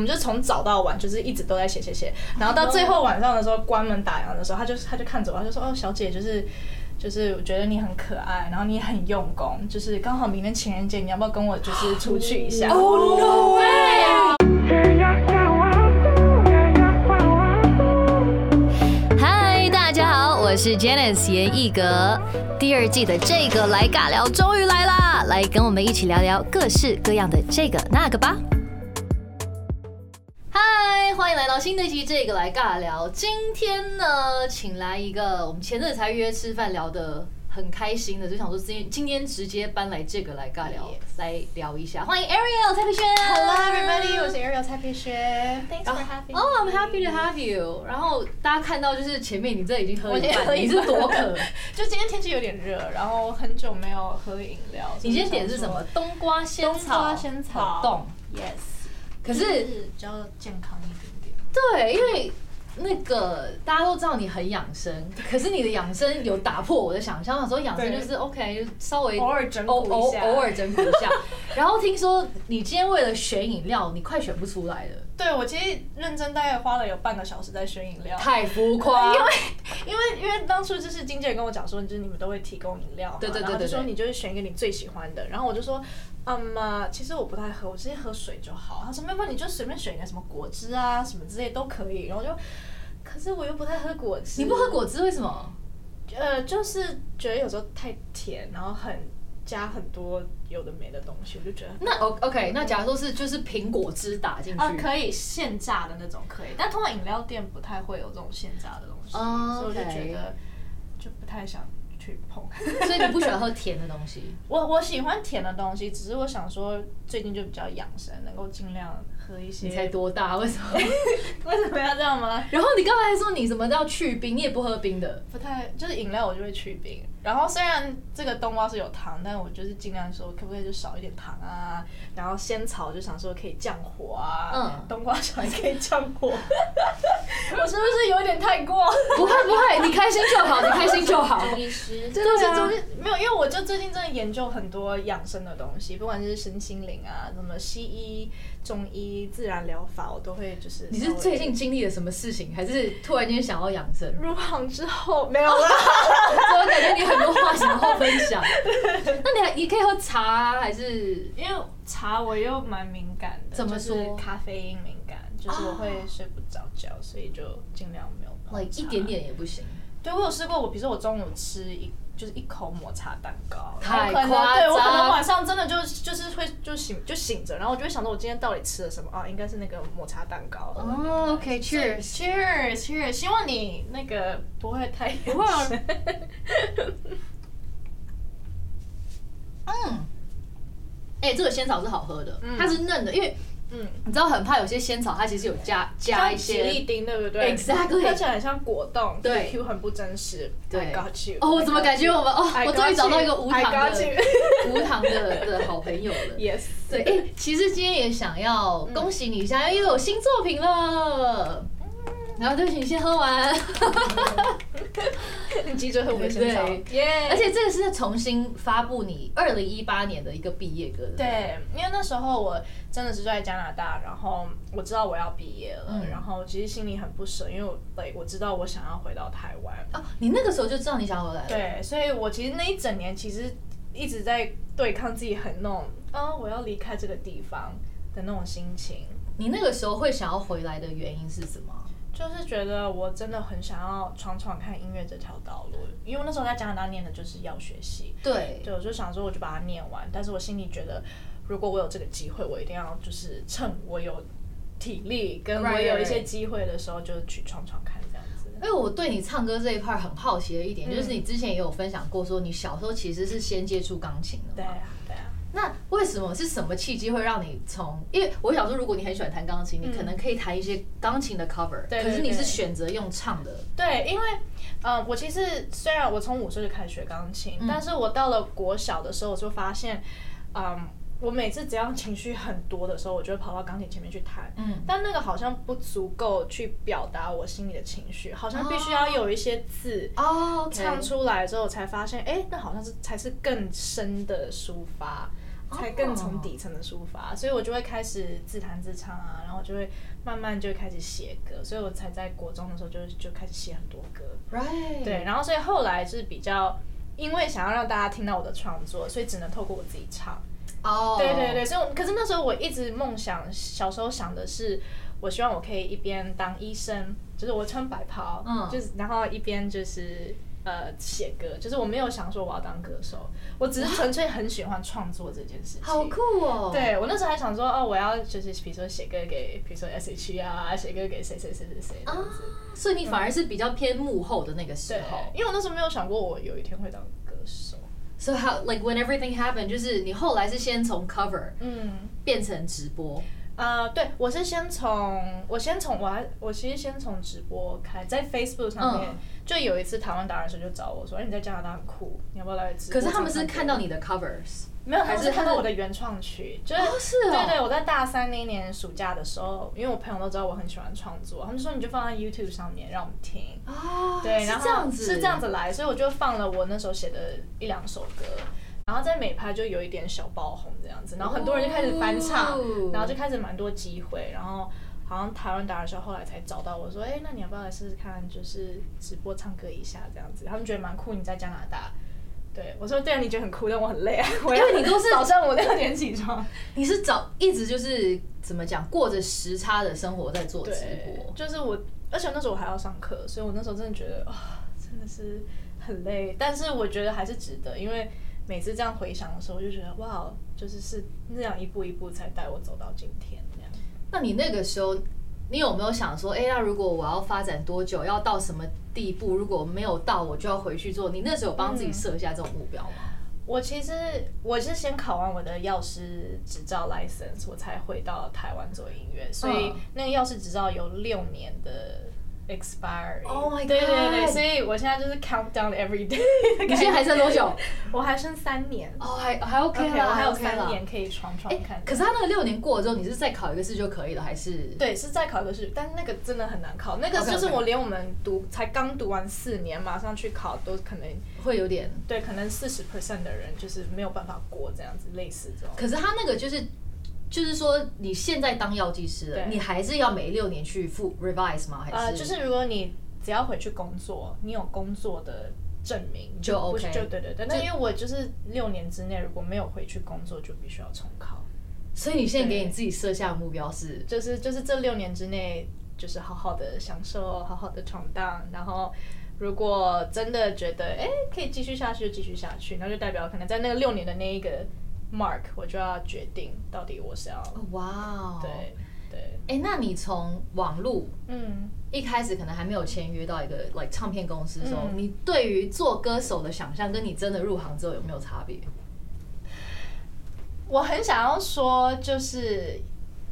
们就从早到晚就是一直都在写写写，然后到最后晚上的时候关门打烊的时候，他就他就看着我，他就说哦，小姐就是。就是我觉得你很可爱，然后你很用功，就是刚好明天情人节，你要不要跟我就是出去一下 Oh no way！嗨，大家好，我是 Janice 严艺格。第二季的这个来尬聊终于来啦，来跟我们一起聊聊各式各样的这个那个吧。嗨，欢迎来到新的一期这个来尬聊。今天呢，请来一个我们前阵子才约吃饭聊的。很开心的，就想说今今天直接搬来这个来尬聊 Yes 来聊一下。欢迎 Ariel 蔡佩轩 Hello everybody，我是啊 Ariel 蔡佩轩，Thanks for having me。哦、i m happy to have you。然后大家看到就是前面你这已经喝我一已经半喝了，一你是半多了渴？就今天天气有点热，然后很久没有喝饮料。所以你今天点是什么？冬瓜仙 冬草，瓜仙草嗯冻。 ？Yes，可是比较健康一点点。对，因为那个大家都知道你很养生，可是你的养生有打破我的想象。我想说养生对就是 OK，就稍微偶尔整偶蛊偶一下偶尔整蛊一下。然后听说你今天为了选饮料，你快选不出来了，对，我其实认真大概花了有半个小时在选饮料，太浮夸。因为 因为当初就是经纪人跟我讲说，就是你们都会提供饮料嘛，对对对然后对就对说你就是选一个你最喜欢的，然后我就说。嗯嘛，其实我不太喝，我直接喝水就好。他说没有，没有你就随便选一个什么果汁啊，什么之类都可以。然后我就，可是我又不太喝果汁。你不喝果汁为什么？呃，就是觉得有时候太甜，然后很加很多有的没的东西，我就觉得那 O OK，那假如说是就是苹果汁打进去，啊可以现榨的那种可以，但通常饮料店不太会有这种现榨的东西，哦所以我就 OK 觉得就不太想去碰。 所以你不喜欢喝甜的东 西。我我喜欢甜的东西，只是我想说最近就比较养生，能够尽量喝一些。你才多大？为什么？ 为什么要这样吗？然后你刚才还说你什么要去冰，你也不喝冰 的。不太就是饮料我就会去冰，然后虽然这个冬瓜是有糖，但我就是尽量说可不可以就少一点糖啊，然后仙草就想说可以降火啊，嗯冬瓜想可以降火， 我是不是有点太过？不会不会，你开心就好，你开心就 好。啊医师，真的是最近没有，因为我就最近真的研究很多养生的东西，不管是身心灵啊，什么西医、中医、自然疗法，我都会就是你稍是微最近经历了什么事情，还是突然间想要养生？入行之后没有啦。 所以我感觉你很多话想要分 享。那你还你可以喝茶啊还是？因为茶我又蛮敏感的，怎么说啊就是咖啡因敏感，就是我会睡不着觉，所以就尽量没有碰 like 茶一点。点也不行，对我有试过，我比如说我中午吃一就是一口抹茶蛋糕，太然后可能夸张对我可能晚上真的就就是会就醒就醒着，然后我就会想到我今天到底吃了什么啊？应该是那个抹茶蛋糕。哦，OK，所以 cheers cheers cheers，希望你那个不会 太不会啊嗯，哎，这个仙草是好喝的，嗯它是嫩的，因为 嗯，你知道很怕有些仙草它其实有加加一像吉利些。丁，对不对 Exactly 喝起来很像果冻，对，Q 很不真实。I 对，got you。哦，我怎么感觉我们哦， I 我终于 got 找到一个 you，无 I 糖 got 的 you 无糖的的好朋友了。 ？Yes。 对，哎、其实今天也想要嗯恭喜你一下，因为有新作品了。然后对不起，你先喝完。你急着喝我的对仙草，耶 而且这个是在重新发布你二零一八年的一个毕业歌。不，对，因为那时候我真的是在加拿大，然后我知道我要毕业了，嗯然后其实心里很不舍，因为我 like 我知道我想要回到台湾，哦，你那个时候就知道你想要回来了。，对，所以我其实那一整年其实一直在对抗自己很那种，啊，我要离开这个地方的那种心情。你那个时候会想要回来的原因是什么？就是觉得我真的很想要闯闯看音乐这条道路，因为我那时候在加拿大念的就是药学系，对，对，我就想说我就把它念完，但是我心里觉得，如果我有这个机会，我一定要就是趁我有体力跟 Right, 我有一 right, 嗯 right. 些机会的时候，就去闯闯看这样子。因为我对你唱歌这一块很好奇的一点，嗯就是你之前也有分享过，说你小时候其实是先接触钢琴的对嘛。啊，对啊，那为什么是什么契机会让你从？因为我想说，如果你很喜欢弹钢琴，你可能可以弹一些钢琴的 cover，嗯对对可是你对是选择用唱的。对，因为呃，我其实虽然我从五岁就开始学钢琴，嗯但是我到了国小的时候，我就发现，嗯，我每次只要情绪很多的时候，我就会跑到钢琴前面去弹，嗯，但那个好像不足够去表达我心里的情绪，好像必须要有一些字。哦，唱出来之后，我才发现，哎、那好像是才是更深的抒发。才更从底层的抒发，所以我就会开始自弹自唱啊，然后就会慢慢就开始写歌，所以我才在国中的时候就就开始写很多歌，嗯，right，对，然后所以后来是比较。因为想要让大家听到我的创作，所以只能透过我自己唱。哦，对对对，所以我可是那时候我一直梦想，小时候想的是，我希望我可以一边当医生，就是我穿白袍，嗯就是然后一边就是呃写歌，就是我没有想说我要当歌手，我只是纯粹很喜欢创作这件事情。好酷哦，，对我那时候还想说，哦，我要就是比如说写歌给，比如说 S.H.E 啊，写歌给谁谁谁谁谁这样子。啊所以你反而是比较偏幕后的那个时对候，，因为我那时候没有想过我有一天会当歌手。 So how like when everything happened，就是你后来是先从 cover 嗯。变成直播，呃，对，我是先从我先从我还我其实先从直播开，在 Facebook 上面、嗯就有一次台湾达人秀就找我说，哎、你在加拿大很酷，你要不要来直播可唱是唱歌？他们是看到你的 covers，没有，他们还是是看到他们我的原创曲，就是、哦是哦对对，我在大三那一年暑假的时候，因为我朋友都知道我很喜欢创作，他们说你就放在 YouTube 上面让我们听，哦，对，然是后这样子，是这样子来，所以我就放了我那时候写的一两首歌，然后在美拍就有一点小爆红这样子，然后很多人就开始翻唱，哦然后就开始蛮多机会，然后好像台湾达人秀后来才找到我说，哎、那你要不要来试试看，就是直播唱歌一下这样子，他们觉得蛮酷，你在加拿大。对，我说对啊，你觉得很酷，但我很累啊，我因为你都是早上五六点起床，你是早一直就是怎么讲，过着时差的生活在做直对播，，就是我，而且那时候我还要上课，所以我那时候真的觉得啊、真的是很累，但是我觉得还是值得，因为每次这样回想的时候，我就觉得哇，哦就是是那样一步一步才带我走到今天这样。那你那个时候，你有没有想说，哎、那如果我要发展多久，要到什么地步？如果没有到，我就要回去做。你那时候有帮自己设下这种目标吗？我其实我是先考完我的药师执照 license，我才回到台湾做音乐，所以嗯那个药师执照有六年的 expiry。 Oh my 对对对， God 所以我现在就是 count down every day。你现在还剩多久？ 我还剩三年。哦，还还 OK 啦 OK，我还有 OK 三啦年可以闯闯哎、看。可是他那个六年过了之后，你是再考一个试就可以了，还是？对，是再考一个试，但那个真的很难考。哦那个 OK，OK 就是我连我们读才刚读完四年，马上去考都可能会有点。对，可能四十 percent 的人就是没有办法过这样子，类似这种。可是他那个就是，就是说你现在当药剂师了，对你还是要每六年去复 revise 吗？还是？呃，就是如果你只要回去工作，你有工作的证明就不是 OK 就对对对。那因为我就是六年之内如果没有回去工作，就必须要重考。所以你现在给你自己设下的目标是就是就是这六年之内，就是好好的享受，好好的闯荡，然后。如果真的觉得哎、诶可以继续下去就继续下去，那就代表可能在那个六年的那一个 mark，我就要决定到底我是要、哦哇哦，对对哎、那你从网络嗯一开始可能还没有签约到一个 like 唱片公司的时候，嗯你对于做歌手的想象跟你真的入行之后有没有差别？我很想要说，就是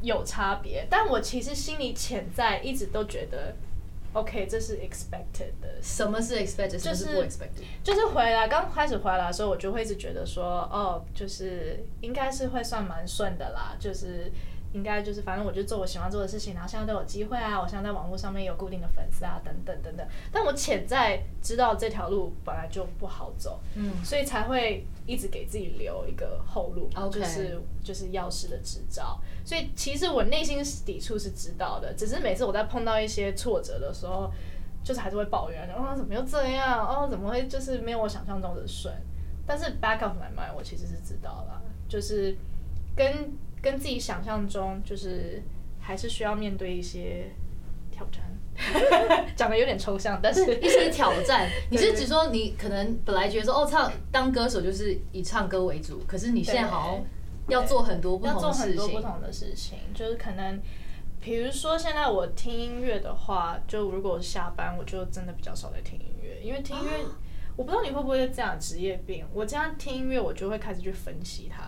有差别，但我其实心里潜在一直都觉得，OK，这是 expected 的，什么是 expected，什么是就不是 expected？就是回来刚开始回来的时候，我就会一直觉得说，哦，就是应该是会算蛮顺的啦，就是应该就是反正我就做我喜欢做的事情，然后现在都有机会啊，我现在在网络上面有固定的粉丝啊，等等等等。但我潜在知道这条路本来就不好走，嗯，所以才会一直给自己留一个后路 OK 就是就是药师的执照。所以其实我内心底处是知道的，只是每次我在碰到一些挫折的时候，就是还是会抱怨，哦怎么又这样，哦怎么会就是没有我想象中的顺。但是 back up my mind，我其实是知道啦，就是跟跟自己想象中，就是还是需要面对一些挑战。 讲的有点抽象，但是一些挑战，你对是指说你可能本来觉得说哦唱当歌手就是以唱歌为主，可是你现在好像要做很多不要同做的很事多不情，同的事情，就是可能，比如说现在我听音乐的话，就如果下班，我就真的比较少在听音乐，因为听音乐，啊我不知道你会不会这样职业病。我这样听音乐，我就会开始去分析它，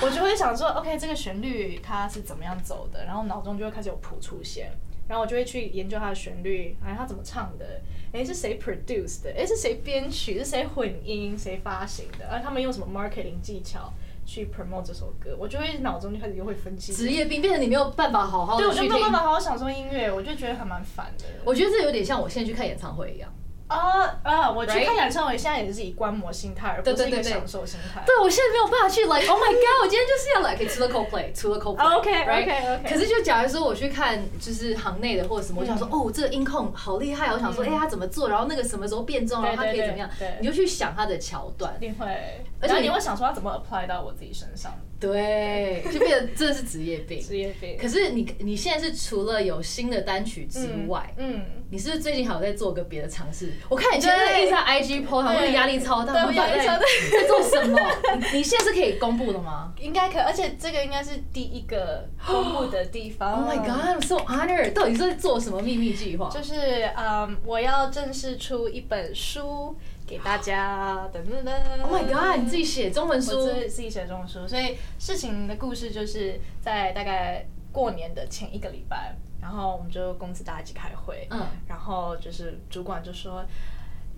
我就会想说，OK，这个旋律它是怎么样走的，然后脑中就会开始有谱出现。然后我就会去研究它的旋律，哎，它怎么唱的？哎，是谁 produce 的？哎，是谁编曲？是谁混音？谁发行的？而他们用什么 marketing 技巧去 promote 这首歌？我就会脑中就开始又会分析。职业病变成你没有办法好好对，的我就去没有。听办法好好享受音乐，我就觉得还蛮烦的。我觉得这有点像我现在去看演唱会一样，啊啊！我去 Right？看演唱会，现在也是以观摩心态，而对不对是一个对对享受心态。对，我现在没有办法去 like oh my god，我今天就是要 like 除了 Coldplay，除了 Coldplay。 OK OK OK。可是就假如说我去看就是行内的或者什么，我想说哦这个音控好厉害，我想说嗯哎他怎么做，然后那个什么时候变重，然后他可以怎么样对对对，对你就去想他的桥段一。定会，而而且且你你会想说要怎么 apply 到我自己身上，对，就变得真的是职业 病。职业病。可是你你现在是除了有新的单曲之嗯外，嗯，你是不是最近还有在做个别的尝试？我看你现在对一直在 IG po，好像对压力超大，对我压压力力超超大大，在做什么？你你现在是可以公布的吗应该可，而且这个应该是第一 个公布的地？Oh 方。 my god，I'm so honored！到底是在做什么秘密计划？就是嗯，我要正式出一本书给大家，等等等。 Oh my god，你自己写中文我书，自自己写中文书，所以事情的故事就是在大概过年的前一个礼拜，然后我们就公司大家一起开会，嗯然后就是主管就说。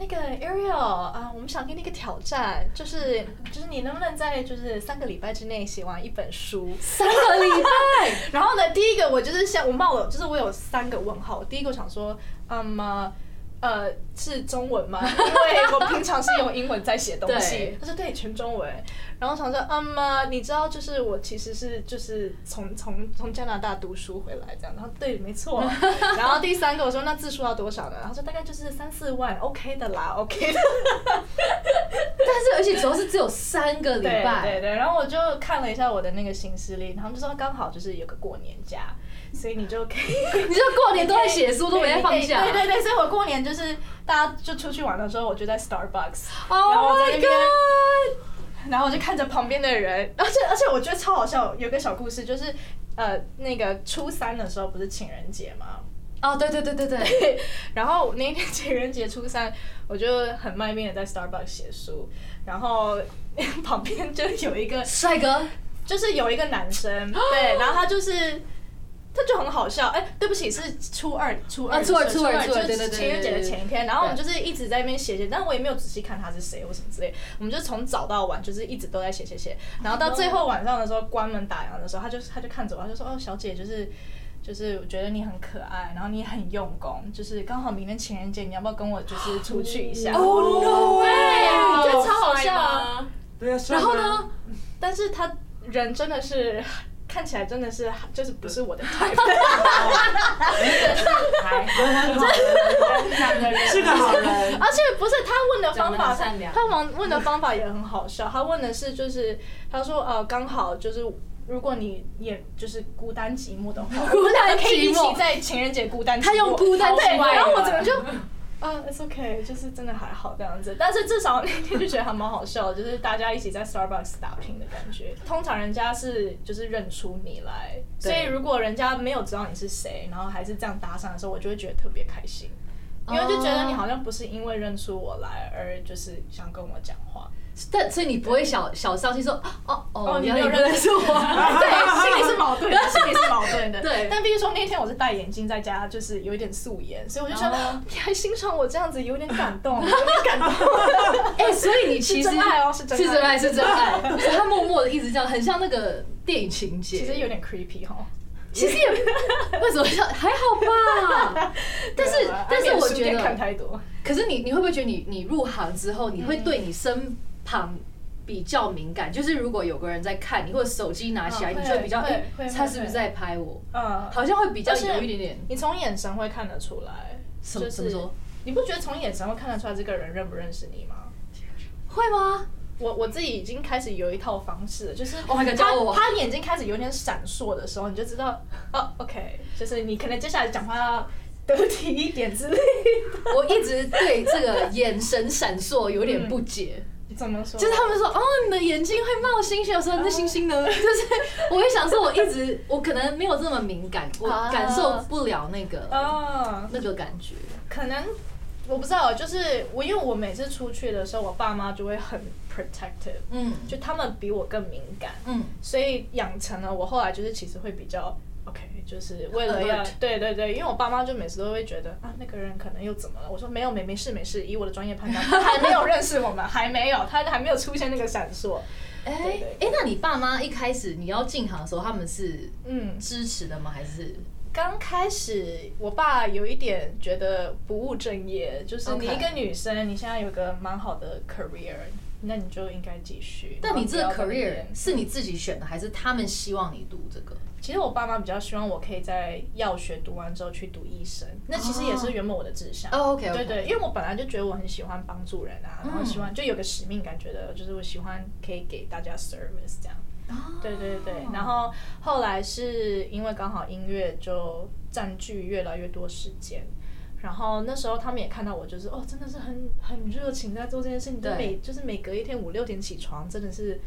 那个 Ariel 啊、我们想给你一个挑战，就是就是你能不能在就是三个礼拜之内写完一本书？三个礼拜， 然后呢，第一个我就是像我冒了，就是我有三个问号。第一个我想说，嗯呃呃，是中文吗？因为我平常是用英文在写东西对。他说对，全中文。然后想说，嗯嘛，你知道，就是我其实是就是从从从加拿大读书回来这样。然后对，没错。然后第三个我说，那字数要多少呢？他说大概就是三四万，OK 的啦，OK 的。但是而且主要是只有三个礼对对拜，对，然后我就看了一下我的那个行事历，然后就说刚好就是有个过年假，所以你就可以。你知道过年都在写书，都没在放假。对对对，所以我过年就是大家就出去玩的时候，我就在 Starbucks，然后，Oh 我 my 在那边 god！然后我就看着旁边的人，而且而且我觉得超好笑，有个小故事就是，呃，那个初三的时候不是情人节嘛，哦，对对对对对，然后那一天情人节初三，我就很卖命的在 Starbucks 写书，然后 旁边就有一个 帅哥，就是有一个男 生，对，然后他就是。他就很好笑，哎、对不起，是初二，初二啊的初时候，二初二初二就对对是对情人节的前一天，对然后我们就是一直在那边写写，但我也没有仔细看他是谁或什么之类，我们就从早到晚就是一直都在写写写，然后到最后晚上的时候关门打烊的时候，他就他就看着我，他就说，哦，小姐就是。就是我觉得你很可爱，然后你很用功，就是刚好明天情人节，你要不要跟我就是出去一下 Oh no way！Oh 就超好笑啊。对啊，帅然后吗呢？但是他人真的是看起来真的是 就是不是我 的 type，还很好人，是个好人。而且不是他问的方长得法，很善良他问问的方法也很好笑。他问的是就是他说呃刚好就是。如果你也就是孤单寂寞的话， 孤单我们可以一寂寞起在情人节孤单寂寞。他用孤单对，去外然后我表整个就啊，it's okay，就是真的还好这样子。但是至少那天就觉得还蛮好笑的，就是大家一起在 Starbucks 打拼的感觉。通常人家是就是认出你来，所以对如果人家没有知道你是谁，然后还是这样搭讪的时候，我就会觉得特别开心，因为就觉得你好像不是因为认出我来而就是想跟我讲话，但所以你不会小小伤心说哦哦，哦你你要没有你不认识 我，啊 对，心里是矛 盾的，心里是矛盾的。对但比如说那天我是戴眼镜在家，就是有一点素颜，所以我就觉得哦 你还欣赏我这样子，有点感 动，有点感动。哎，所以你其实是真爱哦是真爱是真爱，是真 爱。所以他默默的一直这样，很像那个电影情节。其实有点 creepy 哈。其实也 为什么像还好吧？但是对啊但是安眠我书觉店看得，太多，可是你你会不会觉得你你入行之后，你会对你身旁比较敏感？就是如果有个人在看你，或者手机拿起来，嗯你会就会比较，会哎会会他是不是在拍我？嗯，好像会比较就是有一点点你从眼神会看得出来，什么怎么说？你不觉得从眼神会看得出来这个人认不认识你吗？会吗？我我自己已经开始有一套方式了，就是 Oh my god，教我他他眼睛开始有点闪烁的时候，你就知道哦，OK，就是你可能接下来讲话要得体一点之类 的。我一直对这个眼神闪烁有点不解，你怎么说？就是他们说哦，你的眼睛会冒星星，我说那星星嗯呢？就是我会想说，我一直我可能没有这么敏感，我啊感受不了那个哦，那个感觉。可能我不知道，就是我因为我每次出去的时候，我爸妈就会很 protective，嗯就他们比我更敏感，嗯，所以养成了我后来就是其实会比较 OK，就是为了要 Alert 对对对，因为我爸妈就每次都会觉得啊那个人可能又怎么了，我说没有没没事没事，以我的专业判断，他还没有认识我们，还没有他还没有出现那个闪烁，哎对对哎，那你爸妈一开始你要进行的时候，他们是嗯，支持的吗？还是刚开始，我爸有一点觉得不务正业，就是你 OK 一个女生，你现在有个蛮好的 career，那你就应该继续。但你这个然后不要在那 career 边是你自己选的，还是他们希望你读这个？其实我爸妈比较希望我可以在药学读完之后去读医生，那其实也是原本我的志向。哦，OK，OK 对对，因为我本来就觉得我很喜欢帮助人啊，然后嗯喜欢就有个使命感，觉得就是我喜欢可以给大家 service 这样。哦对对对，嗯然后后来是因为刚好音乐就占据越来越多时间。然后那时候他们也看到我，就是哦，真的是很很热情在做这件事情，就对每就是每隔一天五六点起床，真的是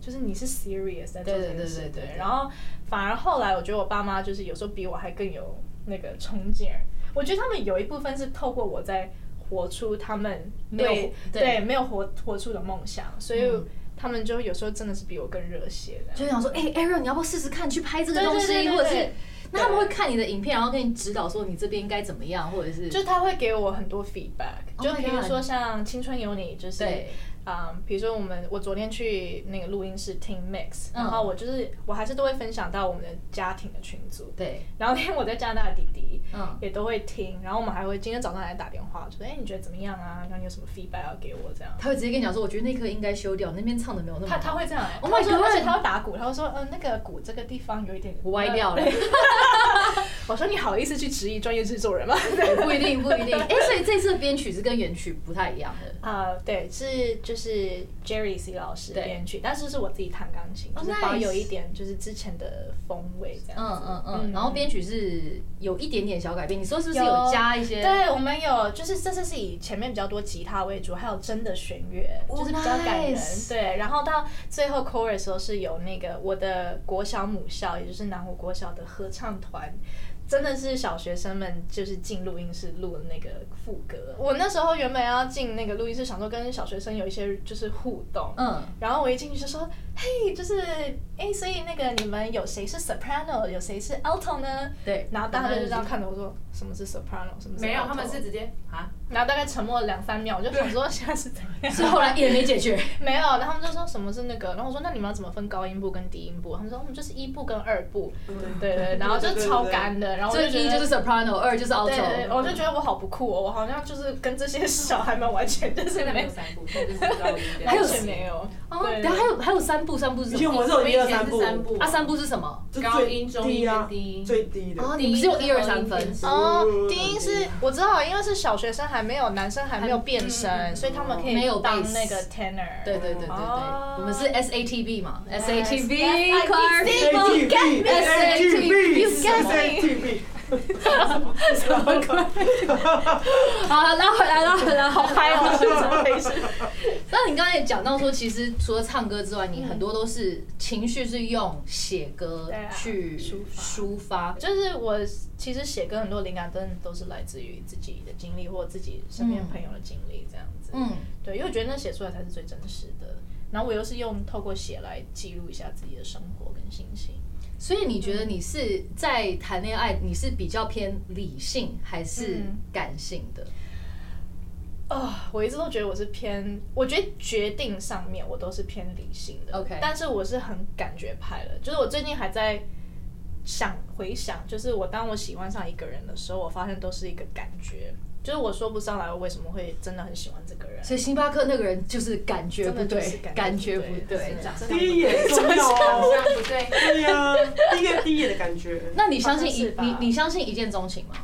就是你是 serious 在做这件事，对对对对对然后反而后来我觉得我爸妈就是有时候比我还更有那个冲劲儿，我觉得他们有一部分是透过我在活出他们没有对对对没有活活出的梦想，所以嗯他们就有时候真的是比我更热血的。就想说，哎、a a r o n 你要不要试试看去拍这个东西，对对对对或者是对那他们会看你的影片，然后跟你指导说你这边应该怎么样，或者是就他会给我很多 feedback，、 Oh 就 my 比如 God 说像《青春有你》，就是对嗯，比如说我们我昨天去那个录音室听 mix，、嗯然后我就是我还是都会分享到我们的家庭的群组，对，然后连我在加拿大的弟弟嗯也都会听，然后我们还会今天早上还打电话，就说哎、你觉得怎么样啊？然后你有什么 feedback 要给我这样？他会直接跟你讲说，我觉得那颗应该修掉，那边唱的没有那么他好他会这样、欸， Oh 他 my 说， God 而且他会打鼓，他会说，嗯、那个鼓这个地方有一点歪掉了，我说你好意思去质疑专业制作人吗？对 不一定不一定，哎、所以这次的编曲是跟原曲不太一样的。 啊、对，是就是 Jerry C 老师对编曲，但是是我自己弹钢琴，哦就是保 nice 有一点就是之前的风味这样嗯子。嗯嗯，然后编曲是有一点点小改变，你说是不是有有加一些？对，我们有就是这次是以前面比较多吉他为主，还有真的弦乐，哦就是比较感人。 nice 对，然后到最后 chorus 的时候是有那个我的国小母校，也就是南湖国小的合唱团。真的是小学生们，就是进录音室录那个副歌。我那时候原本要进那个录音室，想说跟小学生有一些就是互动，嗯，然后我一进去就说，嘿，就是哎、诶所以那个你们有谁是 soprano，有谁是 alto 呢？对然后大家就这样看着我说，什么是 soprano，什么是 alto？没有，他们是直接啊，然后大概沉默了两三秒，我就想说现在是怎么 样？所以后来也没解决。 没有，然后他们就说什么是那个，然后我说那你们要怎么分高音部跟低音部？他们说我们就是一部跟二部，对对，然后就超干的，然后我所就以觉一得就是 soprano，二就是对对，对 alto。我就觉得我好不酷哦，我好像就是跟这些小孩们完全就是真的没没有三步，就是高音这样完还有全没有，哦，对等下还有还有三步，三步是什以么？前我们是有一二三我步们以前是，三步啊，三步是什么？就高音最中音低啊跟低音最低的。哦，你们是有一二三分。哦，低音是我知道，因为是小学生还没有，男生还没有变声，所以他们可没以有当 bass 那个 tenor。对对对对对，哦我们是 SATB 嘛 Yes， ，SATB Clark ATB People ATB You get me ATB 什么鬼？ 好，拉回来，拉啊回来，好嗨哦！ 那你刚才也讲到说，其实除了唱歌之外，你很多都是情绪是用写歌对啊去抒发抒发。就是我其实写歌很多灵感真的都是来自于自己的经历或自己身边朋友的经历这样子。嗯，对，因为我觉得那写出来才是最真实的。然后我又是用透过写来记录一下自己的生活跟心情。所以你觉得你是在谈恋爱，你是比较偏理性还是嗯感性的？哦，我一直都觉得我是偏，我觉得决定上面我都是偏理性的。 OK 但是我是很感觉派的，就是我最近还在想回想，就是我当我喜欢上一个人的时候，我发现都是一个感觉，就是我说不上来我为什么会真的很喜欢这个人，所以星巴克那个人就是感觉不真的就是对，感觉不对是这。样第一眼重要好哦，像不对，啊对呀，第一个第一眼的感觉。那你相好信像是一吧你你相信一见钟情吗？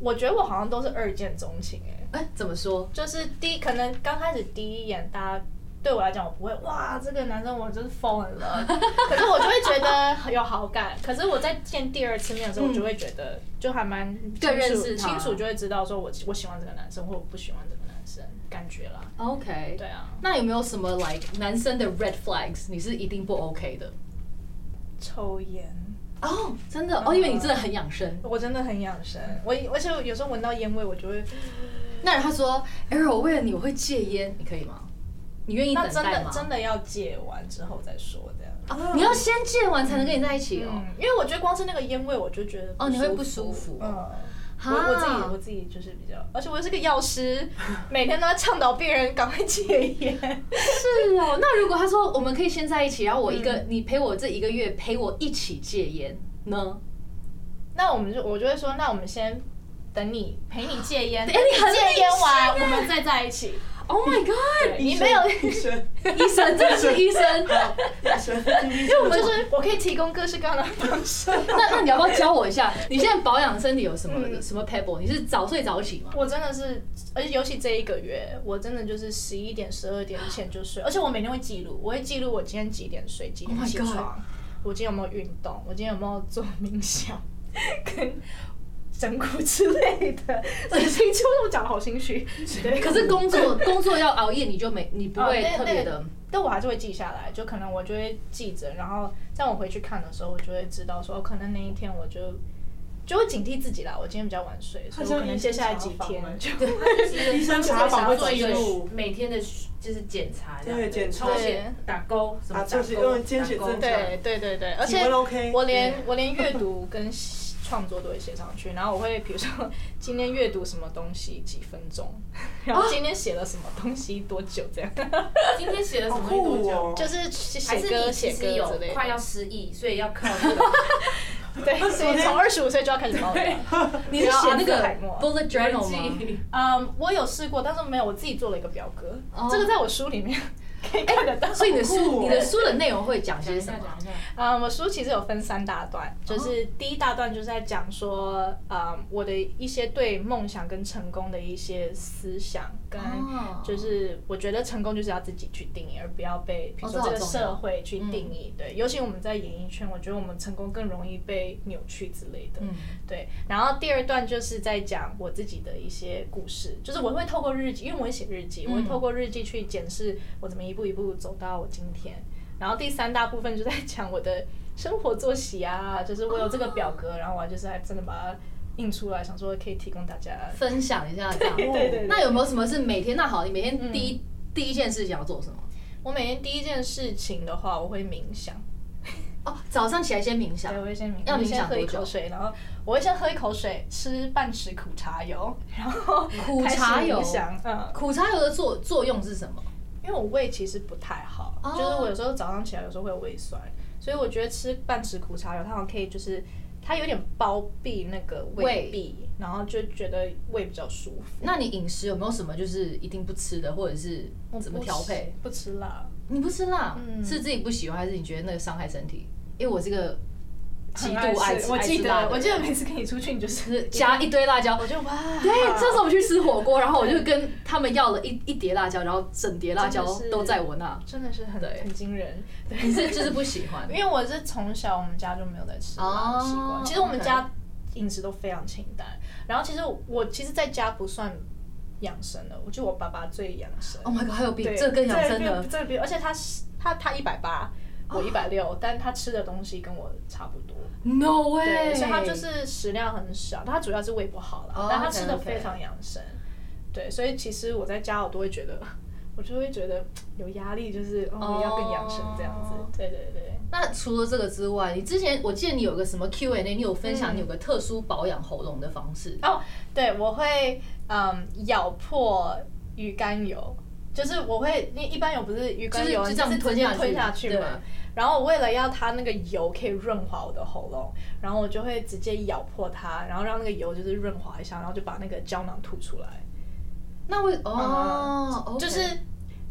我觉得我好像都是二见钟情哎、哎、怎么说？就是第一可能刚开始第一眼大家。对我来讲，我不会哇，这个男生我真是疯了。可是我就会觉得很有好感。可是我在见第二次面的时候，我就会觉得就还蛮更认清楚识他清楚就会知道说我我喜欢这个男生，或我不喜欢这个男生，感觉啦。 OK，对啊，那有没有什么 like 男生的 red flags 你是一定不 OK 的？抽烟，哦，真的嗯哦，因为你真的很养生。我真的很养生。我而且我有时候闻到烟味，我就会那他说 a r o 我为了你我会戒烟，你可以吗？你愿意那等真待的吗？真的要戒完之后再说这样。的，你要先戒完才能跟你在一起哦。嗯，因为我觉得光是那个烟味，我就觉得哦你会不舒服嗯，我哈我自己我自己就是比较，而且我又是个药师， 每天都要倡导病人赶快戒烟。是哦。 那如果他说我们可以嗯先在一起，然后我一个、你陪我这一个月陪我一起戒烟呢？那我们就我就会说，那我们先等你陪你戒烟，哎等你很戒烟理完，性我哎们再在一起。 Oh my god！你没有，医生，医生，真的是 医生。医生，因 我们就是我可以提供各式各样的方式。那那你要不要教我一下？你现在保养身体有什么、嗯什么 pebble？你是早睡早起吗？我真的是，而且尤其这一个月，我真的就是十一点、十二点前就睡，而且我每天会记录，我会记录我今天几点睡，几 Oh 点 my 起 God 床我今天有没有运动，我今天有没有做冥想， 跟整骨之类的。所以其实我讲的好心虚，对。 可是工作工作要熬夜，你就没你不会哦那特别的。但我还是会记下来，就可能我就会记着，然后在我回去看的时候，我就会知道说，哦可能那一天我就就会警惕自己啦，我今天比较晚睡，所以我可能接下来几天就医生想查要房会做一记个录每天的就是检查这样，对检查抽血、打勾什么啊就是打勾用监血打勾症状对对对对，而体且温 OK 我连 我连阅读跟创作都会写上去，然后我会比如说今天阅读什么东西几分钟，然后今天写了什么东西多久这样，哦今天写了好什么东西酷多久？哦！ 就是还写是歌你写其实歌之有类快要的。失忆，所以要靠 这个 对，所以从二十五岁就要开始包养。哦你是啊写那阿兹海个默 bullet journal 吗？记忆。嗯，我有试过，但是没有，我自己做了一个表格哦，这个在我书里面 可以看得到。所以你的好酷书哦你的书的内容会讲些什么？讲一下。啊、我书其实有分三大段，哦就是第一大段就是在讲说，啊、我的一些对梦想跟成功的一些思想，跟哦就是我觉得成功就是要自己去定义，而不要被比如说哦这这好个重要嗯社会去定义。对，尤其我们在演艺圈，我觉得我们成功更容易被扭曲之类的。嗯，对，然后第二段就是在讲我自己的一些故事，就是我会透过日记，因为我会写日记，嗯我会透过日记去检视我怎么一步一步走到我今天。然后第三大部分就在讲我的生活作息啊，就是我有这个表格，然后我还就是还真的把它印出来，想说可以提供大家。分享一下这样。对对对那有没有什么是每天？那好，你每天第嗯一第一件事情要做什么？我每天第一件事情的话，我会冥想，哦，早上起来先冥想对，。我会先冥，要冥我先想喝一多久口水，然后我会先喝一口水，吃半匙苦茶油，然后苦开始茶油冥想，嗯，苦茶油的作作用是什么？因为我胃其实不太好，哦就是我有时候早上起来有时候会有胃酸，所以我觉得吃半匙苦茶油，它好像可以就是它有点包庇那个胃胃壁，然后就觉得胃比较舒服。那你饮食有没有什么就是一定不吃的，或者是怎么调配？不吃？不吃辣，你不吃辣，嗯是自己不喜欢，还是你觉得那个伤害身体？因为我这个极度很爱吃吃，我记爱吃辣得的人我记得每次跟你出去，你 就是就是加一堆辣椒，我就哇，对，这次我们去吃火 锅，然后我就跟他们要了一一碟辣椒，然后整碟辣椒真的是都在我那。真的是很对很惊人。对， 你是就是不喜欢 因为我是从小我们家就没有在吃辣的习惯，哦其实我们 OK 家饮食都非常清淡。然后其实我其实在家不算养生的，我觉得我爸爸最养生。 ？Oh my god，还有比对这更养生这的哦比，这比，而且他是他他一百八，我一百六，但他吃的东西跟我差不多， ？No 对， way！所以他就是食量很少，他主要是胃不好啦哦，但他吃的 OK，OK 非常养生，对，所以其实我在家我都会觉得， 我就会觉得有压力，就是哦哦要更养生这样子，对对对，那除了这个之外，你之前我记得你有个什么 Q&A，你有分享嗯你有个特殊保养喉咙的方式。哦，对我会嗯咬破鱼肝油。就是我会，因为一般油不是鱼肝就是油，就你这样是吞直接下去吞下去对嘛。然后我为了要它那个油可以润滑我的喉咙，然后我就会直接咬破它，然后让那个油就是润滑一下，然后就把那个胶囊吐出来。那为哦，OK 就是，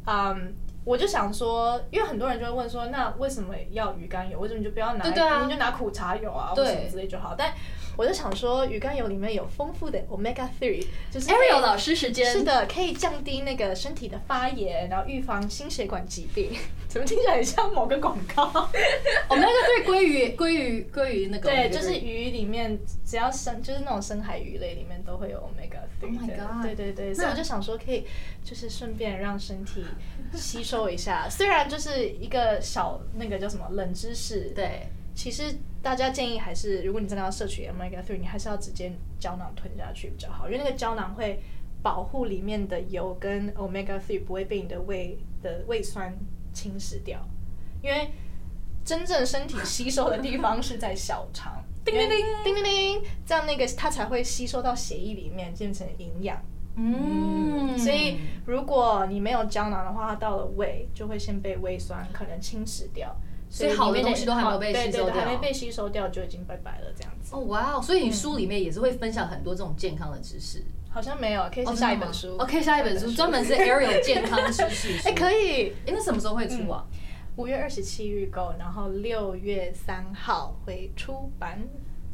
嗯，我就想说，因为很多人就会问说，那为什么要鱼肝油？为什么你就不要拿，对对啊你就拿苦茶油啊，或对什么之类就好？但我就想说，鱼肝油里面有丰富的 omega three，就是可以 Ariel 老师时间是，的，可以降低那个身体的发炎，然后预防心血管疾病。 怎么听起来很像某个广告？我们那个对鲑鱼、鲑鱼、鲑鱼那 个，对，就是鱼里面只要深，就是那种深海鱼类里面都会有 omega Oh my three 的。 God 对对对，所以我就想说，可以就是顺便让身体吸收一下。 虽然就是一个小那个叫什么冷知识，，对。其实大家建议还是，如果你真的要摄取 omega three，你还是要直接胶囊吞下去比较好，因为那个胶囊会保护里面的油跟 omega three 不会被你的胃的胃酸侵蚀掉，因为真正身体吸收的地方是在小肠。叮叮叮因为叮叮叮，这样那个它才会吸收到血液里面，变成营养。嗯，所以如果你没有胶囊的话，它到了胃就会先被胃酸可能侵蚀掉。所以好的里面东西都还没有被对吸对收对还没掉。被吸收掉就已经拜拜了这样子。哦，哇哦！所以你书里面也是会分享很多这种健康的知识。好像没有，可以哦是真的下一吗本书。 OK，下一本书专门是 Ariel 健康知识 书。哎，可以，哎，那什么时候会出啊？五月二十七预购，然后六月三号会出版。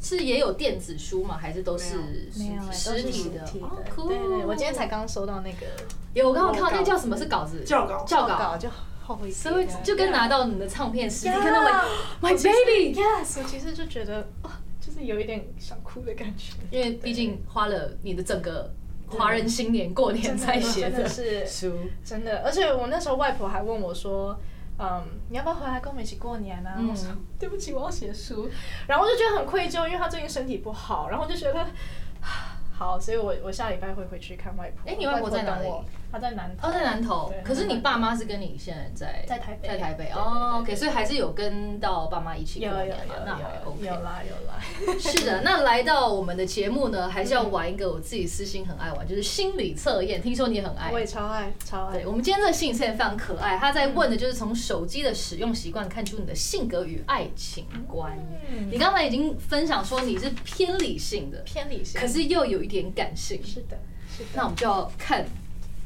是也有电子书吗？还是都哎是没有，都实是体实的？体哦的。酷对对，我今天才刚收到那个有，我刚刚看到稿那叫什么是稿子？教稿教稿稿，，就后悔死所以了。就跟拿到你的唱片实体 Yeah 看到 like 啊 my 我其实 baby， Yes，我其实就觉得，哦就是有一点想哭的感觉。因为毕竟花了你的整个华人新年过年才写真的的是书。真的，而且我那时候外婆还问我说。嗯，你要不要回来跟我们一起过年啊？嗯我说对不起，我要写书，然后我就觉得很愧疚，因为她最近身体不好，然后我就觉得， 啊好，所以我我下礼拜会回去看外婆。哎你外婆在哪里等我？她在南投。哦，在南投对，可是你爸妈是跟你现在在在台北在台北对对哦对，OK，对所以还是有跟到爸妈一起有过有有年嘛，那还有 OK 有。啦有啦。是 的，那来到我们的节目呢，还是要玩一个我自己私心很爱玩，就是心理测验。听说你也很爱我，也超爱超爱哎对，我们今天这个心理测验非常可爱，他在问的就是从手机的使用习惯看出你的性格与爱情观。嗯你刚才已经分享说你是偏理性的，偏理性。可是又有一点感性。是的，是的。那我们就要看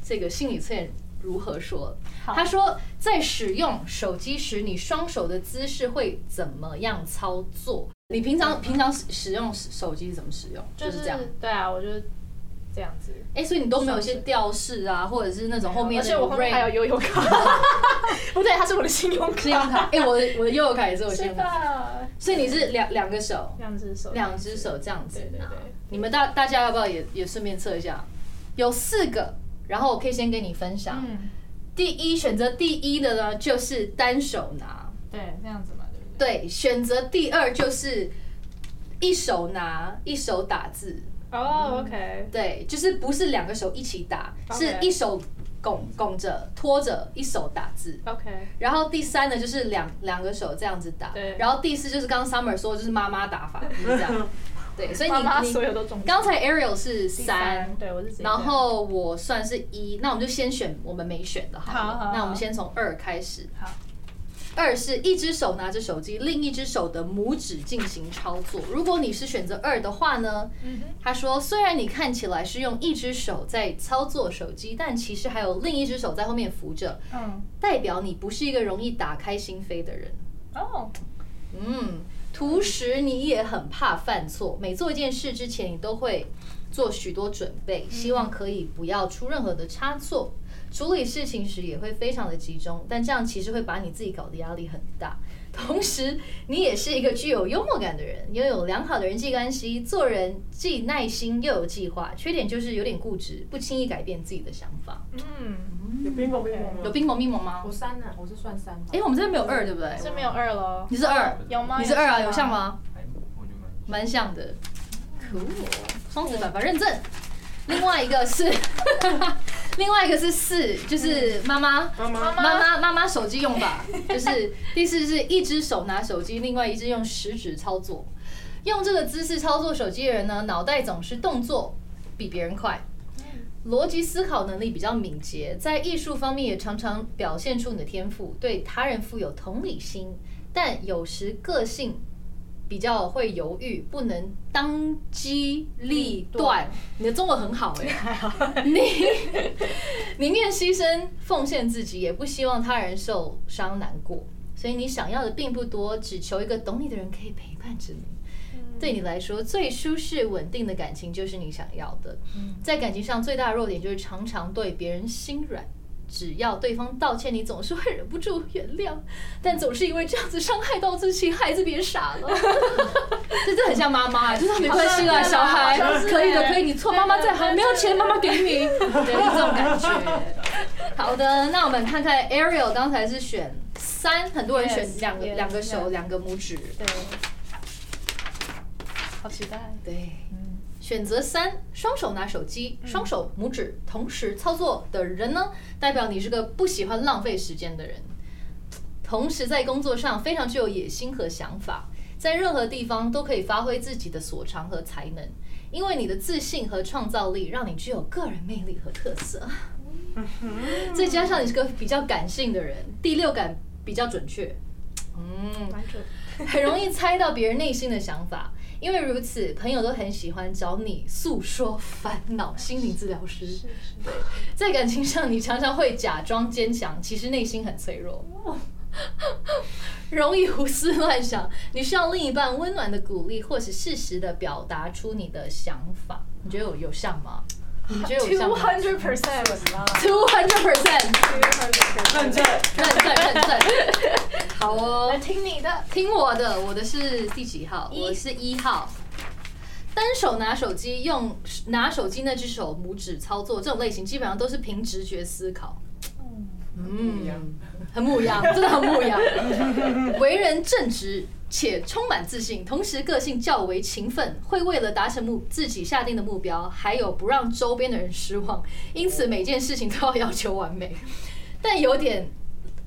这个心理测验如何说。好他说，在使用手机时，你双手的姿势会怎么样操作？你平常平常使使用手机是怎么使用？就嗯就是是这样。对啊，我就是这样子。哎，所以你都没有一些双手吊饰啊，或者是那种后面而的且我后面 ring 还 有游泳卡，不对，它 是我的信用信用卡。 卡，哎、我的我的悠游卡也是我信是用卡，的，所以你是两两个手，两只手，两只手这样子对对拿对。你们大大家要不要也也顺便测一下？有四个，然后我可以先跟你分享。嗯，第一选择第一的呢，就是单手拿；对，这样子嘛，对不对？对，选择第二就是一手拿，一手打字。哦，OK，对，就是不是两个手一起打，是 OK 一手拱拱着拖着，一手打字。 OK，然后第三呢，就是两两个手这样子打，对然后第四就是刚刚 Summer 说，就是妈妈打法，就是这样。对，所以妈妈你所你有都中。刚才 Ariel 是第三，对我是直接这样，然后我算是一，那我们就先选我们没选的好了。好好好那我们先从二开始。好。二是一只手拿着手机，另一只手的拇指进行操作。如果你是选择二的话呢，嗯哼他说，虽然你看起来是用一只手在操作手机，但其实还有另一只手在后面扶着。嗯，代表你不是一个容易打开心扉的人。哦，嗯，同时你也很怕犯错，每做一件事之前，你都会做许多准备，嗯希望可以不要出任何的差错。处理事情时也会非常的集中，但这样其实会把你自己搞得压力很大。同时，你也是一个具有幽默感的人，拥有良好的人际关系，做人既耐心又有计划。缺点就是有点固执，不轻易改变自己的想法。嗯，有冰棒冰棒有吗？冰蒙冰蒙吗我？三呢，我是算三。哎、我们这边没有二，对不对？这没有二喽，你是二，有吗？你是二啊，有像？吗？还我觉得蛮蛮像的，可恶，双子爸爸认证。另外一个是， 另外一个是四，就是妈妈。妈妈妈妈妈妈妈手机用 法，就是第四是一只手拿手机，另外一只用食指操作。用这个姿势操作手机的人呢，脑袋总是动作比别人快，逻辑思考能力比较敏捷，在艺术方面也常常表现出你的天赋，对他人富有同理心，但有时个性比较会犹豫，不能当机立断。你的中文很好哎、 你宁愿牺牲奉献自己，也不希望他人受伤难过。所以你想要的并不多，只求一个懂你的人可以陪伴着你。对你来说，最舒适稳定的感情就是你想要的。在感情上最大的弱点就是常常对别人心软，只要对方道歉，你总是会忍不住原 谅，但总是因为这样子伤害到自己，孩子别傻了。 这这很像妈妈，就是没关系 啦，小孩哎好像是可以的，欸可以，你错，妈妈在行，没有钱妈妈给你，对，这种感觉。 好的，那我们看看 Ariel 刚才是选三，很多人选 Yes, 两个 yes, 两个手 yes 两个拇指，对，好期待。对，选择三，双手拿手机，双手拇指同时操作的人呢，代表你是个不喜欢浪费时间的人，同时在工作上非常具有野心和想法，在任何地方都可以发挥自己的所长和才能，因为你的自信和创造力让你具有个人魅力和特色。再加上你是个比较感性的人，第六感比较准确。嗯，蛮准的。 很容易猜到别人内心的想法。因为如此，朋友都很喜欢找你诉说烦恼。心理治疗师对，在感情上你常常会假装坚强，其实内心很脆弱，容易胡思乱想。你需要另一半温暖的鼓励，或是适时的表达出你的想法。你觉得有有像吗？你们觉得有像 Two 吗 hundred percent， ？Two hundred percent，认真，认证认证。好哦来，听你的。听我的，我的是第几号？我是一号。单手拿手机，用拿手机那只手拇指操作，这种类型基本上都是凭直觉思考。嗯，很牧羊，真的很牧羊。 为人正直且充满自信，同时个性较为勤奋，会为了达成目自己下定的目标，还有不让周边的人失望，因此每件事情都要要求完美。但有点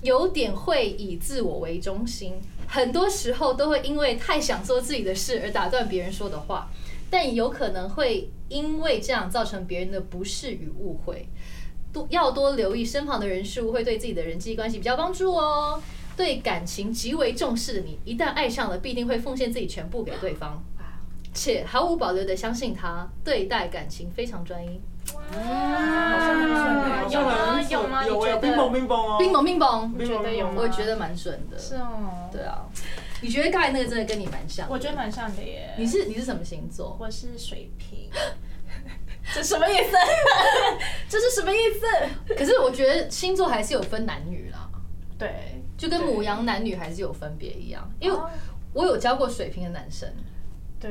有点会以自我为中心，很多时候都会因为太想做自己的事而打断别人说的话，但有可能会因为这样造成别人的不适与误会。多要多留意身旁的人事物，会对自己的人际关系比较帮助哦。对感情极为重视的你，一旦爱上了，必定会奉献自己全部给对方，且毫无保留的相信他，对待感情非常专一。好像很准，好像很有吗准，有有吗有你觉得冰崩冰崩哦，冰崩冰崩，冰觉得有吗我觉得蛮准的。是哦，对啊，你觉得刚才那个真的跟你蛮像？我觉得蛮像的耶。你是你是什么星座？我是水瓶，这什么意思？这是什么意思？可是我觉得星座还是有分男女啦，对，就跟母羊男女还是有分别一样。因为哦我有教过水瓶的男生，对，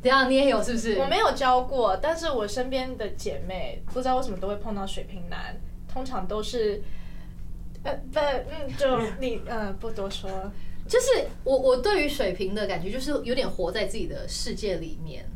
等一下你也有是不是？我没有教过，但是我身边的姐妹不知道为什么都会碰到水瓶男，通常都是，呃，不，嗯，就你，呃，不多说了。就是我我对于水瓶的感觉就是有点活在自己的世界里面，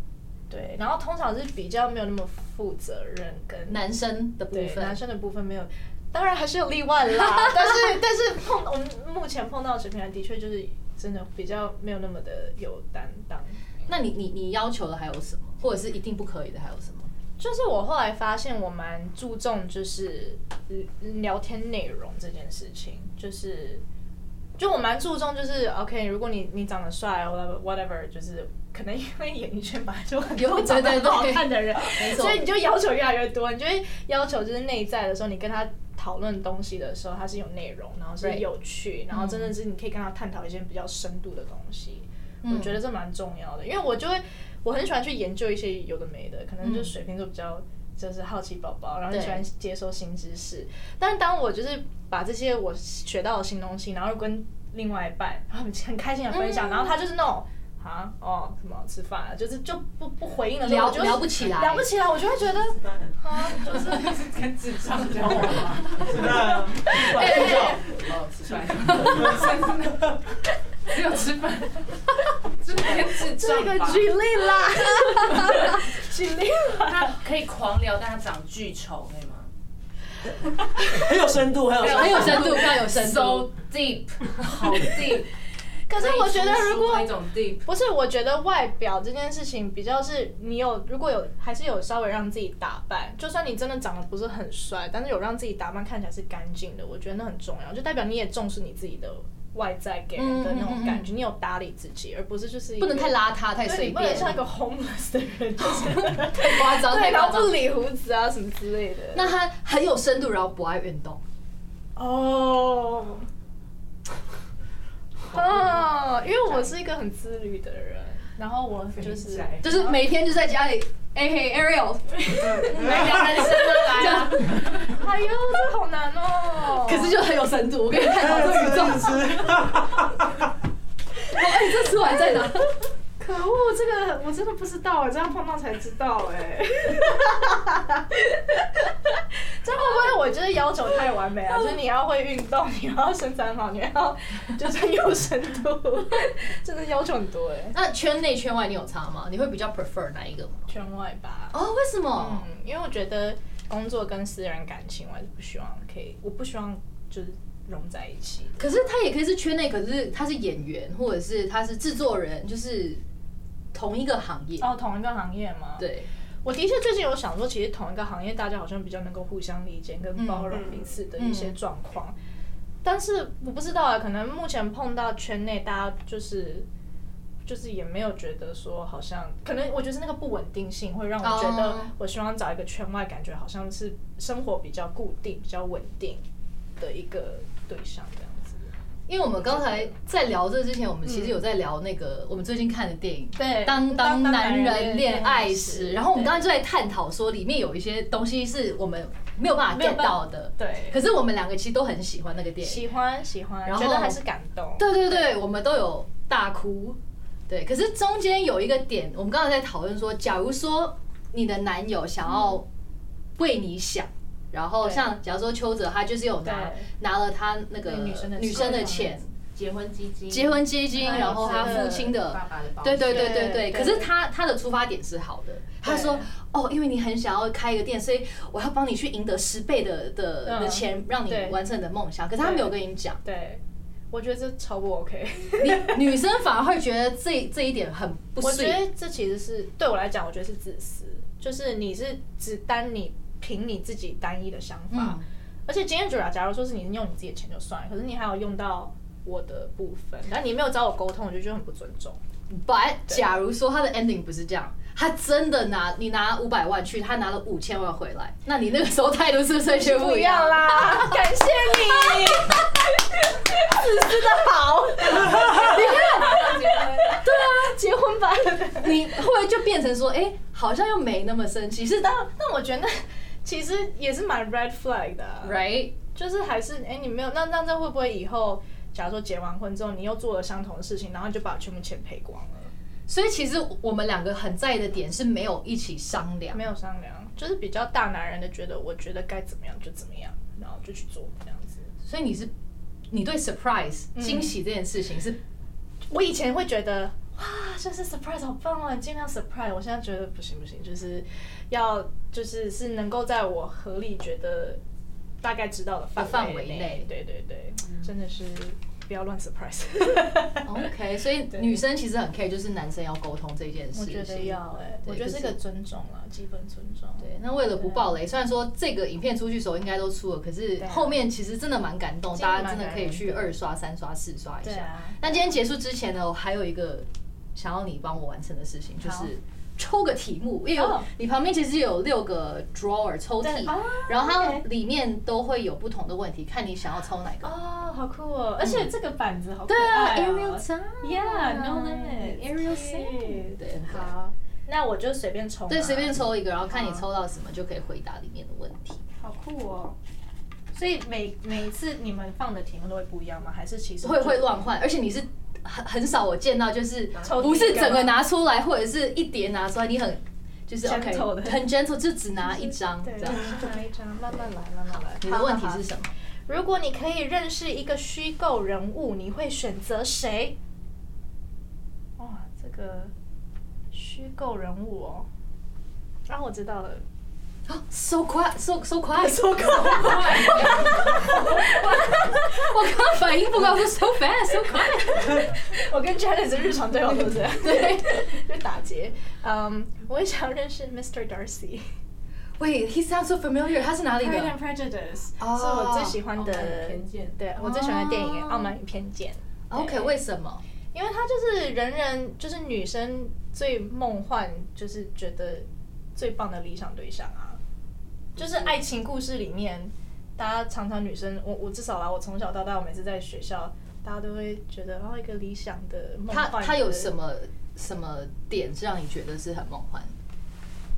对，然后通常是比较没有那么负责任跟男生的部对分啊男。生的部分没有，当然还是有例外啦。 但是但是碰我们目前碰到的水瓶男的确就是真的比较没有那么的有担当。那你你你要求的还有什么，或者是一定不可以的还有什么？就是我后来发现，我蛮注重就是嗯聊天内容这件事情，就是就我蛮注重就是 OK，如果你你长得帅，whatever whatever，就是可能因为演艺圈本来就很多有长 对得对对好看的人， 没错所以你就要求越来越多，你就会要求就是内在的时候，你跟他。讨论东西的时候，它是有内容，然后是 Right 有趣，然后真的是你可以跟他探讨一些比较深度的东西。嗯我觉得这蛮重要的，因为我就会我很喜欢去研究一些有的没的，可能嗯就是水瓶座比较就是好奇宝宝，然后很喜欢接收新知识。但当我就是把这些我学到的新东西，然后跟另外一半，然后很很开心的分享，然后他就是那种。啊哦，什么吃饭啊？就是就不不回应了，聊我就是聊不起来聊不起来，我就会觉得啊，就是跟智障交往吗？ 那哦，吃饭，只有吃饭，这跟智这障个吧举例 啦，举 例啦，他可以狂聊，但他长巨丑，可以吗？很有深度，很有 很深有度。深度，非常有深 So 度。 deep，好 deep。可是我觉得如果那种 deep，不是，我觉得外表这件事情比较是你有，如果有还是有稍微让自己打扮，就算你真的长得不是很帅，但是有让自己打扮看起来是干净的，我觉得那很重要，就代表你也重视你自己的外在给人的那种感觉，你有打理自己，而不是就是一个不能太。邋遢，太对，随你不能便，像一个 homeless 的人，就是太夸张，对，太然后夸不张。理胡子啊什么之类的。那他很有深度，然后不爱运动。哦，哦，因为我是一个很自律的人，然后我就是宅就是每天就在家里，哎、嘿，Ariel，来聊人生啊，来啊！ 哎呦，这好难哦！可是就很有深度。我跟你探讨这个宇宙，真是哎、这吃完再拿。可恶，这个我真的不知道哎，这样碰到才知道哎。这会不会我就是要求太完 美啊？就是你要会运动，你要身材好，你要 就是有深度， 真的要求很多哎。那圈内圈外你有差吗？你会比较 prefer 哪一个吗？圈外吧，哦，为什么？嗯，因为我觉得工作跟私人感情，我还是不希望可以，我不希望就是融在一起。可是他也可以是圈内，可是他是演员，或者是他是制作人，就是同一个行业。哦，同一个行业吗？。对，我的确最近有想说，其实同一个行业，大家好像比较能够互相理解跟包容彼此的一些状况。但是我不知道啊，可能目前碰到圈内大家就是。就是也没有觉得说好像，可能我觉得是那个不稳定性会让我觉哦得，我希望找一个圈外感觉好像是生活比较固定、比较稳定的一个对象这样子。因为我们刚才在聊这之前，我们其实有在聊那个我们最近看的电影嗯《对当当当当男男人人恋恋爱爱时》，时然后我们对刚才就在探讨说里面有一些东西是我们没有办法没有 get 办法到的，对可是我们两个其实都很喜欢那个电影，喜欢喜欢，然后觉得还是感动。对对对，我们都有大哭。对，可是中间有一个点，我们刚才在讨论说，假如说你的男友想要为你想，然后对像假如说邱泽，他就是有拿对拿了他那个那个女生的女生的钱，结婚基金，结婚基金，然后他父亲的爸爸的保对对险对对对，对可是他他的出发点是好的，他说哦，因为你很想要开一个店，所以我要帮你去赢得十倍的的的嗯钱，让你对完成你的梦想。可是他没有跟你讲，对，我觉得这超不 OK。女女生反而会觉得这这一点很不我觉对。得这其实是对我来讲，我觉得是自私，就是你是只单你凭你自己单一的想法，嗯而且今天主要假如说是你用你自己的钱就算了，可是你还有用到我的部分，但你没有找我沟通，我就觉得很不尊重。 But 假如说他的 ending 不是这样，他真的拿你拿五百万去，他拿了五千万回来，那你那个时候态度是不是就不不一一样样啦？ 啦，感谢你，自私的 好，对啊，结婚吧。你会不会就变成说，哎，好像又没那么生气，是但但我觉得其实也是蛮 red flag 的啊、 right？就是还是哎、诶你没有那那这会不会以后，假如说结完婚之后，你又做了相同的事情，然后你就把全部钱赔光了，所以其实我们两个很在意的点是没有一起商量没。有商量，就是比较大男人的觉得，我觉得该怎么样就怎么样，然后就去做这样子。所以你是你对 surprise 嗯惊喜这件事 情是我以前会觉得哇，就是 surprise 好棒哦，你尽量 surprise。我现在觉得不行不行，就是要就是是能够在我合理觉得大概知道的范范围内内，对对对，真的是不要乱 surprise。哦 OK，所以对女生其实很 care 就是男生要沟通这件事情。我觉得要哎、对我觉得就是个尊重啦，基本尊重。对，那为了不爆雷，虽然说这个影片出去的时候应该都出了，可是啊对啊后面其实真的蛮感动，其实大蛮家真的可以去感人的二刷、三刷、四刷一对下啊。那今天结束之前呢，我还有一个想要你帮我完成的事情，就好是。抽个题目，因为有哦你旁边其实有六个 drawer 抽屉对啊，然后它 OK 里面都会有不同的问题，看你想要抽哪个。哦，好酷哦！而且这个板子好可嗯对啊爱哦、 ，Ariel t Yeah，no limit。 Ariel Sam，对，很可爱好，那我就随便啊抽。对，随便。抽一个，然后看你抽到什么就可以回答里面的问题。好酷哦！所以每每一次你们放的题目都会不一样吗？还是其实会会乱换，而且你是很很少我见到，就是抽屉不是整个干嘛拿出来，或者是一叠拿出来，你很就是 OK， Gentle 的很 gentle，就只拿一张对，这就样。是拿一张，慢慢来，慢慢来。你的问题是什么？么？如果你可以认识一个虚构人物，你会选择谁？哇，这个虚构人物哦，啊，我知道了。啊，so 快，so so 快，so 快！ 我刚刚反应不过，我说 so fast，so 快。 我跟 Janet 是日常 对话，是不是？对，就打结。嗯，我也想认识 Mr. Darcy。 Wait，he sounds so familiar，他是哪里 Pride 的 and Prejudice 哦是我最喜欢的傲慢与偏见对我最喜欢的电影哦《傲慢与偏见》。 ？OK，为什么？因为它就是人人就是女生最梦幻，就是觉得最棒的理想对象啊，就是爱情故事里面，大家常常女生，我我至少啦，我从小到大，我每次在学校，大家都会觉得哦，一个理想的梦他幻的他有什么什么点是让你觉得是很梦幻？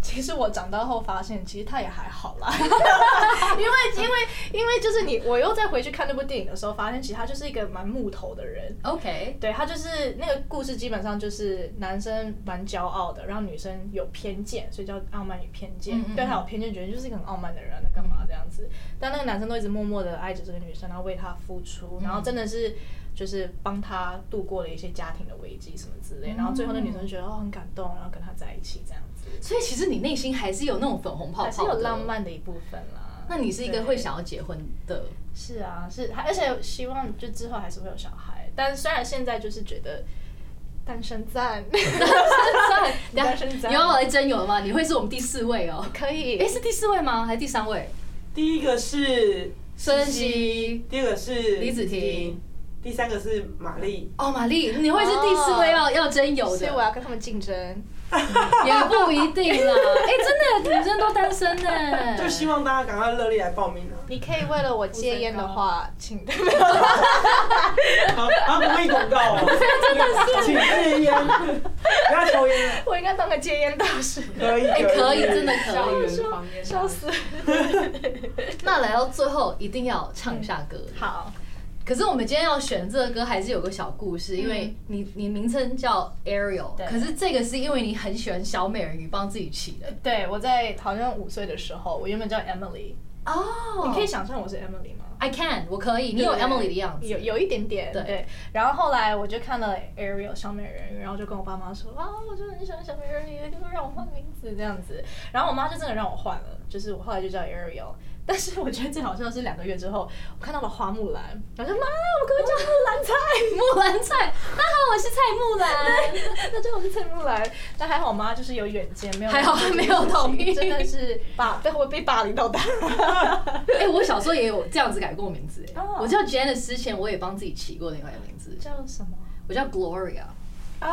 其实我长大后发现，其实他也还好啦， 因为因为因为就是你，我又再回去看那部电影的时候，发现其实他就是一个蛮木头的人。 OK，对他就是那个故事，基本上就是男生蛮骄傲的，然后女生有偏见，所以叫傲慢与偏见。嗯嗯嗯对他有偏见，觉得就是一个很傲慢的人，那干嘛这样子？但那个男生都一直默默的爱着这个女生，然后为她付出，然后嗯真的是就是帮她度过了一些家庭的危机什么之类，然后最后那女生觉嗯得哦很感动，然后跟他在一起这样子。所以其实你内心还是有那种粉红泡泡，还是有浪。漫的一部分啦。哦那你是一个会对想要结婚的，是啊，是，还而且希望就之后还是会有小孩，但虽然现在就是觉得 单身赞等单下身赞，你要来真有了吗？你会是我们第四位哦。可以哎，是第四位吗？还是第三位？第一个是孙熙，第二个是李子婷，第三个是玛丽，哦，玛丽，你会是第四位哦要要真有所的哦以我，啊要跟他们竞争。也不一 定啦。哎，真的女生都单身呢，就希望大家赶快热烈来报名啊！你可以为了我戒烟的话，请 啊啊！不会广告哦，请戒烟，不要抽烟了，我应该当个戒烟大师，可以，哎，可以，真的 校可以。园房间，笑死。 那来到最后，一定要唱一下歌。嗯好，可是我们今天要选这个歌，还是有个小故事，因为你你名称叫 Ariel，嗯对可是这个是因为你很喜欢小美人鱼，帮自己起的对我在好像五岁的时候，我原本叫 Emily，哦。你可以想象我是 Emily 吗？ I can，我可以，你有对 Emily 的样子，有有一点点对对。然后后来我就看了 Ariel 小美人鱼，然后就跟我爸妈说啊，我就很喜欢小美人鱼，就是让我换名字这样子。然后我妈就真的让我换了，就是我后来就叫 Ariel。但 是我觉得最好笑的是两个月之后，我看到了花木兰，然后就妈，我可不可以叫木兰菜？ 木兰菜。大家好，我是蔡木 兰。那就我是蔡木兰，但还好我妈就是有远见，没有 还好她 没有同意真的是霸被我被霸凌到大。 哎，我小时候也有这样子改过名字，哎哦我叫 Janice 之前，我也帮自己起过另外一个名 字，叫什么我叫 Gloria。啊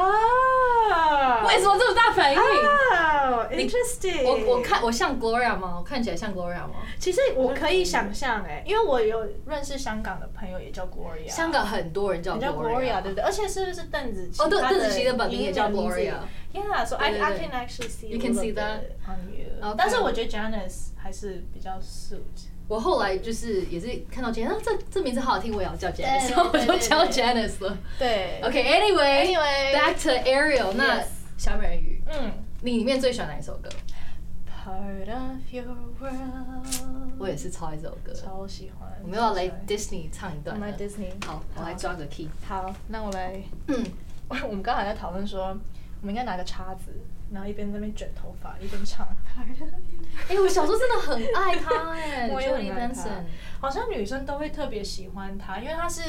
为什么这么大反应？哦你，interesting。我我看我像 Gloria 吗？我看起来像 Gloria 吗？其实我可以想嗯象哎、因为我有认识香港的朋友也叫 Gloria，香港很多人叫也叫 Gloria Gloria 对不对？而且是不是邓紫棋？哦，对，她邓紫棋的本名也叫英文名字 Gloria。 Yeah, so I 对对 I 对 can actually see You can a little see that. bit on you. Okay. 但是我觉得 Janice 还是比较 suit。我后来就是也是看到 Janice，、啊、这这名字好好听，我也要叫 Janice，对然后我对就对叫对 Janice 了。对 OK，Anyway，Back、 Anyway， to Ariel，那 Yes 小美人鱼，嗯你里面最喜欢哪一首歌？ ，Part of your world，我也是超爱这首歌。超喜欢。我们要来超喜 Disney 唱一段欢我了。们来 Disney。好，我来抓个 key。好，那我来。嗯， 我们刚才在讨论说，我们应该拿个叉子，然后一边在那边卷头发，一边唱。 哎、我小时候真的很爱她哎、 我也 j o d y 很爱她 Benson。好像女生都会特别喜欢她，因为她是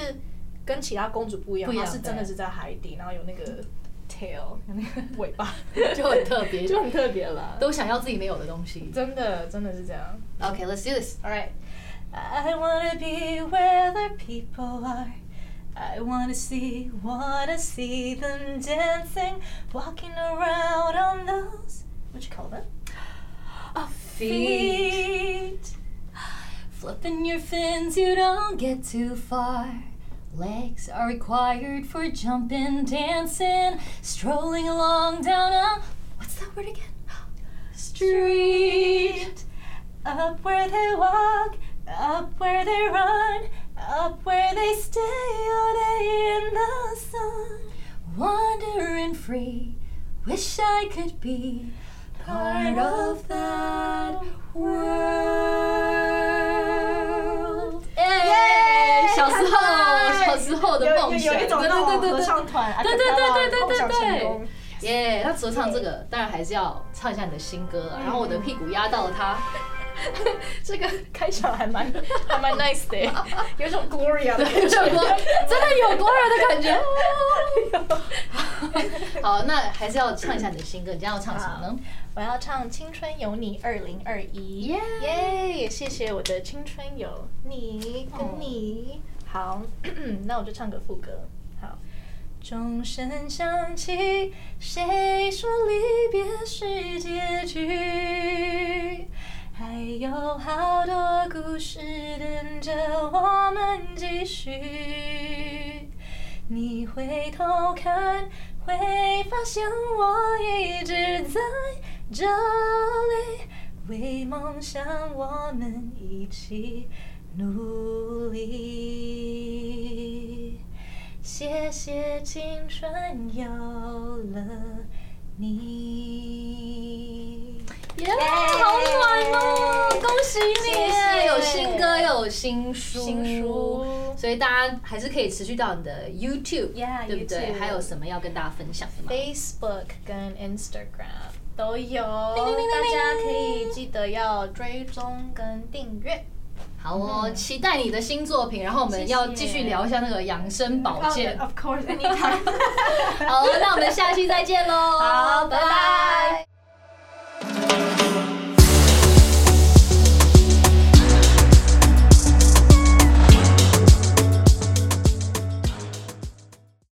跟其他公主不一样，不一样她是真的是在海底，然后有那个 tail，有那个尾巴，就很特 别就很特别了。都想要自己没有的东西。真的真的是这样。 OK，let's、do this。 All right. I wanna be where the people are. I wanna see, wanna see them dancing, walking around on those. What you call them? Our feet. Flipping your fins, you don't get too far. Legs are required for jumping, dancing, strolling along down a. What's that word again? Street. Up where they walk, up where they run, up where they stay all day in the sun. Wandering free. Wish I could be part of that world. 哎小时候，小时候的梦想，有有有一种对那种对对对合对唱团，啊对对对对对对梦想成功。耶！那除了唱这个，当然还是要唱一下你的新歌啊了。然嗯后我的屁股压到了 它，这 个开场还蛮 还蛮 nice 的耶， 有一种 Gloria 的有感种觉。光，真的有光人的感 觉。好，那还是要唱一下你的新歌。你今天要唱什么呢？我要唱《青春有你》二零二一，耶耶！谢谢我的青春有你跟你。好， 那我就唱个副歌。好，钟声响起，谁说离别是结局？还有好多故事等着我们继续。你回头看，会发现我一直在这里，为梦想我们一起努力。谢谢青春有了你。耶，好暖哦！恭喜谢你，谢有新歌又有新书，新书所以大家还是可以持续到你的 YouTube， Yeah，对不对？ YouTube 还有什么要跟大家分享的吗？ Facebook 跟 Instagram 都有，叮叮叮叮大家可以记得要追踪跟订阅。好哦，嗯期待你的新作品。然后我们要继续聊一下那个养生保健。 course，anytime 好，那我们下期再见喽，好拜拜。